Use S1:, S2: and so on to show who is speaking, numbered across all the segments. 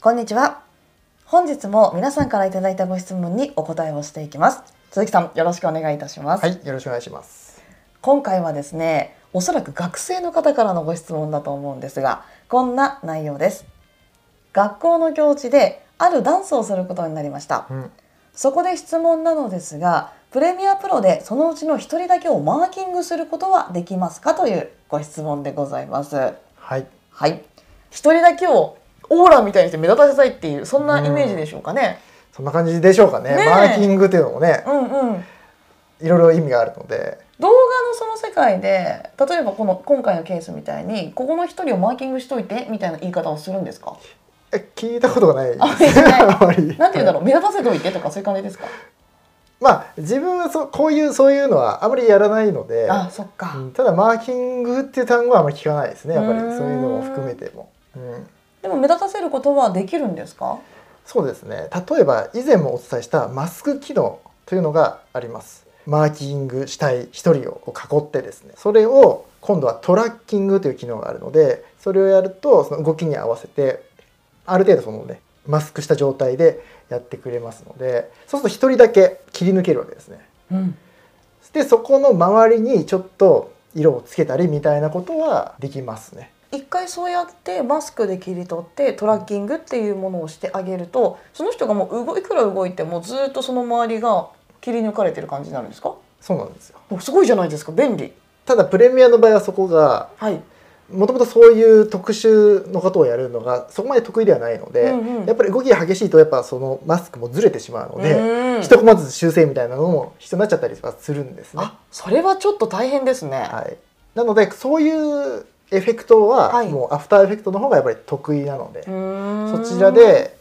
S1: こんにちは。本日も皆さんからいただいたご質問にお答えをしていきます。鈴木さん、よろしくお願いいたします。
S2: はい、よろしくお願いします。
S1: 今回はですね、おそらく学生の方からのご質問だと思うんですが、こんな内容です。学校の行事であるダンスをすることになりました。
S2: うん、
S1: そこで質問なのですが、プレミアプロでそのうちの一人だけをマーキングすることはできますかというご質問でございます。
S2: はい、
S1: はい。一人だけをオーラみたいにして目立たせたいっていうそんなイメージでしょうかね。
S2: そんな感じでしょうかね。
S1: ねえ
S2: マーキングっていうのもね、
S1: うん、うん、
S2: いろいろ意味があるので、
S1: 動画のその世界で例えばこの今回のケースみたいにここの一人をマーキングしといてみたいな言い方をするんですか。
S2: え聞いたことがない
S1: あですね
S2: まり。
S1: なんて言うんだろう目立たせといてとかそういう感じですか。
S2: まあ自分はそうこういうそういうのはあまりやらないので、
S1: あそっ
S2: う
S1: か。
S2: んただマーキングっていう単語はあまり聞かないですね。やっぱり
S1: うーん
S2: そういうのも含めても。うん
S1: でも目立たせることはできるんですか。
S2: そうですね。例えば以前もお伝えしたマスク機能というのがあります。マーキングしたい一人を囲ってですね。それを今度はトラッキングという機能があるので、それをやるとその動きに合わせてある程度そのねマスクした状態でやってくれますので、そうすると一人だけ切り抜けるわけですね。
S1: うん。
S2: でそこの周りにちょっと色をつけたりみたいなことはできますね。
S1: 一回そうやってマスクで切り取ってトラッキングっていうものをしてあげるとその人がもう動いいくら動いてもずっとその周りが切り抜かれてる感じになるんですか
S2: そうなんですよ。
S1: おすごいじゃないですか便利
S2: ただプレミアの場合はそこが
S1: はい
S2: もともとそういう特殊のことをやるのがそこまで得意ではないので、
S1: うんうん
S2: やっぱり動きが激しいとやっぱそのマスクもずれてしまうので、
S1: うん
S2: 一コマずつ修正みたいなのも必要になっちゃったりはするんですね。
S1: あそれはちょっと大変ですね、
S2: はい、なのでそういうエフェクトは
S1: はい
S2: もうアフターエフェクトの方がやっぱり得意なので、
S1: そ
S2: そちらで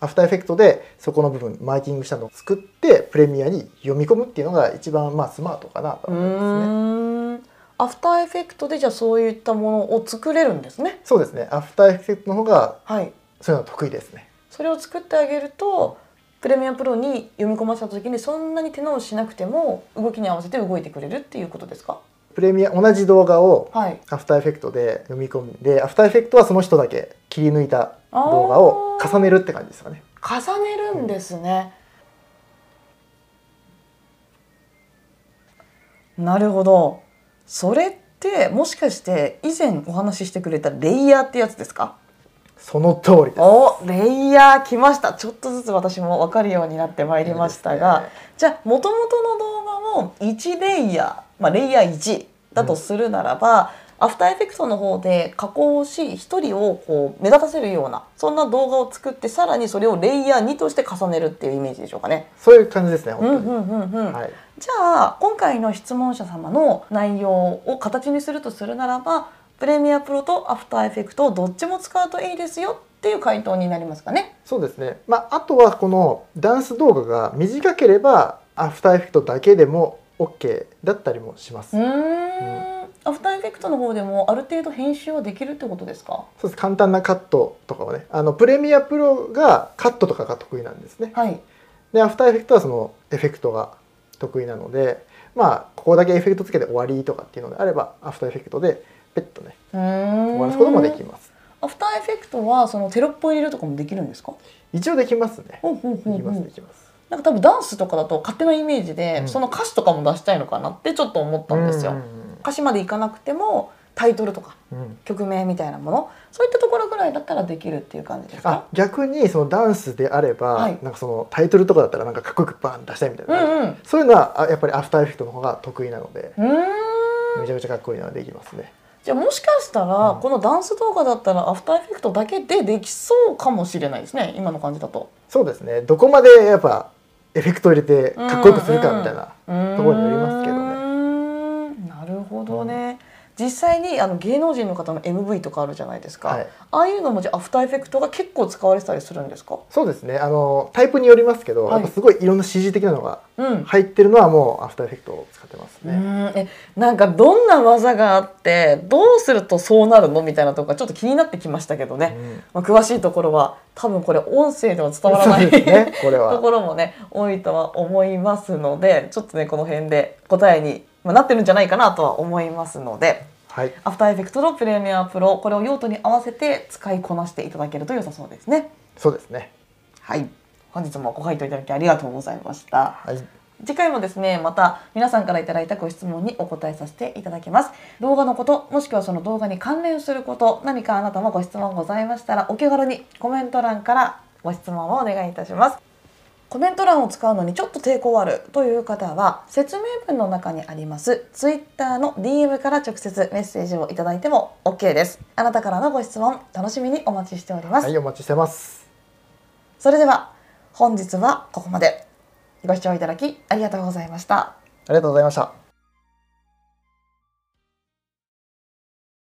S2: アフターエフェクトでそこの部分マーキングしたのを作ってプレミアに読み込むっていうのが一番まあスマートかなと
S1: う
S2: 思いますね。
S1: ーんアフターエフェクトでじゃあそういったものを作れるんですね
S2: そうですねアフターエフェクトの方が
S1: はい
S2: そういうの得意ですね。
S1: それを作ってあげるとプレミアプロに読み込ませた時にそんなに手直ししなくても動きに合わせて動いてくれるっていうことですか
S2: プレミア同じ動画を
S1: はい
S2: アフターエフェクトで読み込んでアフターエフェクトはその人だけ切り抜いた動画を重ねるって感じですかね。
S1: 重ねるんですね、なるほどそれってもしかして以前お話ししてくれたレイヤーってやつですか
S2: その通りです。
S1: おレイヤー来ましたちょっとずつ私も分かるようになってまいりましたが
S2: いいですね
S1: じゃあもともとの動画を1レイヤー、まあ、レイヤー1だとするならば、アフターエフェクトの方で加工し1人をこう目立たせるようなそんな動画を作ってさらにそれをレイヤー2として重ねるっていうイメージでしょうかね。
S2: そういう感じですね。
S1: う
S2: 本
S1: ん
S2: 当
S1: う
S2: に。
S1: んうんうん
S2: はい。
S1: じゃあ今回の質問者様の内容を形にするとするならばプレミアプロとアフターエフェクトをどっちも使うといいですよっていう回答になりますかね。
S2: そうですね。まああとはこのダンス動画が短ければアフターエフェクトだけでも OK だったりもします。
S1: うーんアフターエフェクトの方でもある程度編集はできるってことですか
S2: そうです簡単なカットとかはねあのプレミアプロがカットとかが得意なんですね
S1: はい
S2: でアフターエフェクトはそのエフェクトが得意なのでまあここだけエフェクトつけて終わりとかっていうのであればアフターエフェクトでペッとね
S1: うーん
S2: 終わらすこともできます
S1: アフターエフェクトはそのテロップを入れるとかもできるんですか
S2: 一応できますね
S1: ほうほうほ
S2: で
S1: う
S2: き
S1: ほ
S2: ますで
S1: う
S2: きます
S1: なんか多分ダンスとかだと勝手なイメージで、
S2: うん
S1: その歌詞とかも出したいのかなってちょっと思ったんですよ、
S2: うんうん
S1: 歌詞までいかなくてもタイトルとか
S2: うんうん
S1: 曲名みたいなものそういったところぐらいだったらできるっていう感じです
S2: あ
S1: か
S2: 逆にそのダンスであれば、
S1: はい
S2: なんかそのタイトルとかだったらなんかかっこよくバーン出したいみたいうな、
S1: んうんう
S2: そういうのはあやっぱりアフターエフェクトの方が得意なので
S1: ーん
S2: めちゃめちゃかっこいいのはできますね
S1: じゃあもしかしたら、
S2: うん
S1: このダンス動画だったらアフターエフェクトだけでできそうかもしれないですね今の感じだと。
S2: そうですねどこまでやっぱエフェクトを入れてかっこよくするかみたいな、ところによりますけどね
S1: ね。なるほどね。実際にあの芸能人の方の MV とかあるじゃないですか、
S2: はい
S1: ああいうのもじゃあアフターエフェクトが結構使われてたりするんですか、
S2: そうですねあのタイプによりますけど、
S1: はい
S2: やっぱすごいいろんな CG 的なのが
S1: うん
S2: 入ってるのはもうアフターエフェクトを使ってます
S1: う
S2: ね、
S1: んえなんかどんな技があってどうするとそうなるのみたいなとこがちょっと気になってきましたけどね、
S2: うん
S1: まあ、詳しいところは多分これ音声では伝わらな
S2: そう
S1: い、
S2: ですね これ
S1: と
S2: は
S1: ころもね多いとは思いますのでちょっとねこの辺で答えにまあなってるんじゃないかなとは思いますので
S2: はい
S1: アフターエフェクトのプレミアプロこれを用途に合わせて使いこなしていただけると良さそうですね
S2: そうですね
S1: はい本日もご回答いただきありがとうございました
S2: はい
S1: 次回もですねまた皆さんからいただいたご質問にお答えさせていただきます動画のこともしくはその動画に関連すること何かあなたもご質問ございましたらお気軽にコメント欄からご質問をお願いいたしますコメント欄を使うのにちょっと抵抗あるという方は説明文の中にありますツイッターの DM から直接メッセージをいただいても OK ですあなたからのご質問楽しみにお待ちしております、
S2: はいお待ちしてます
S1: それでは本日はここまでご視聴いただきありがとうございました
S2: ありがとうございました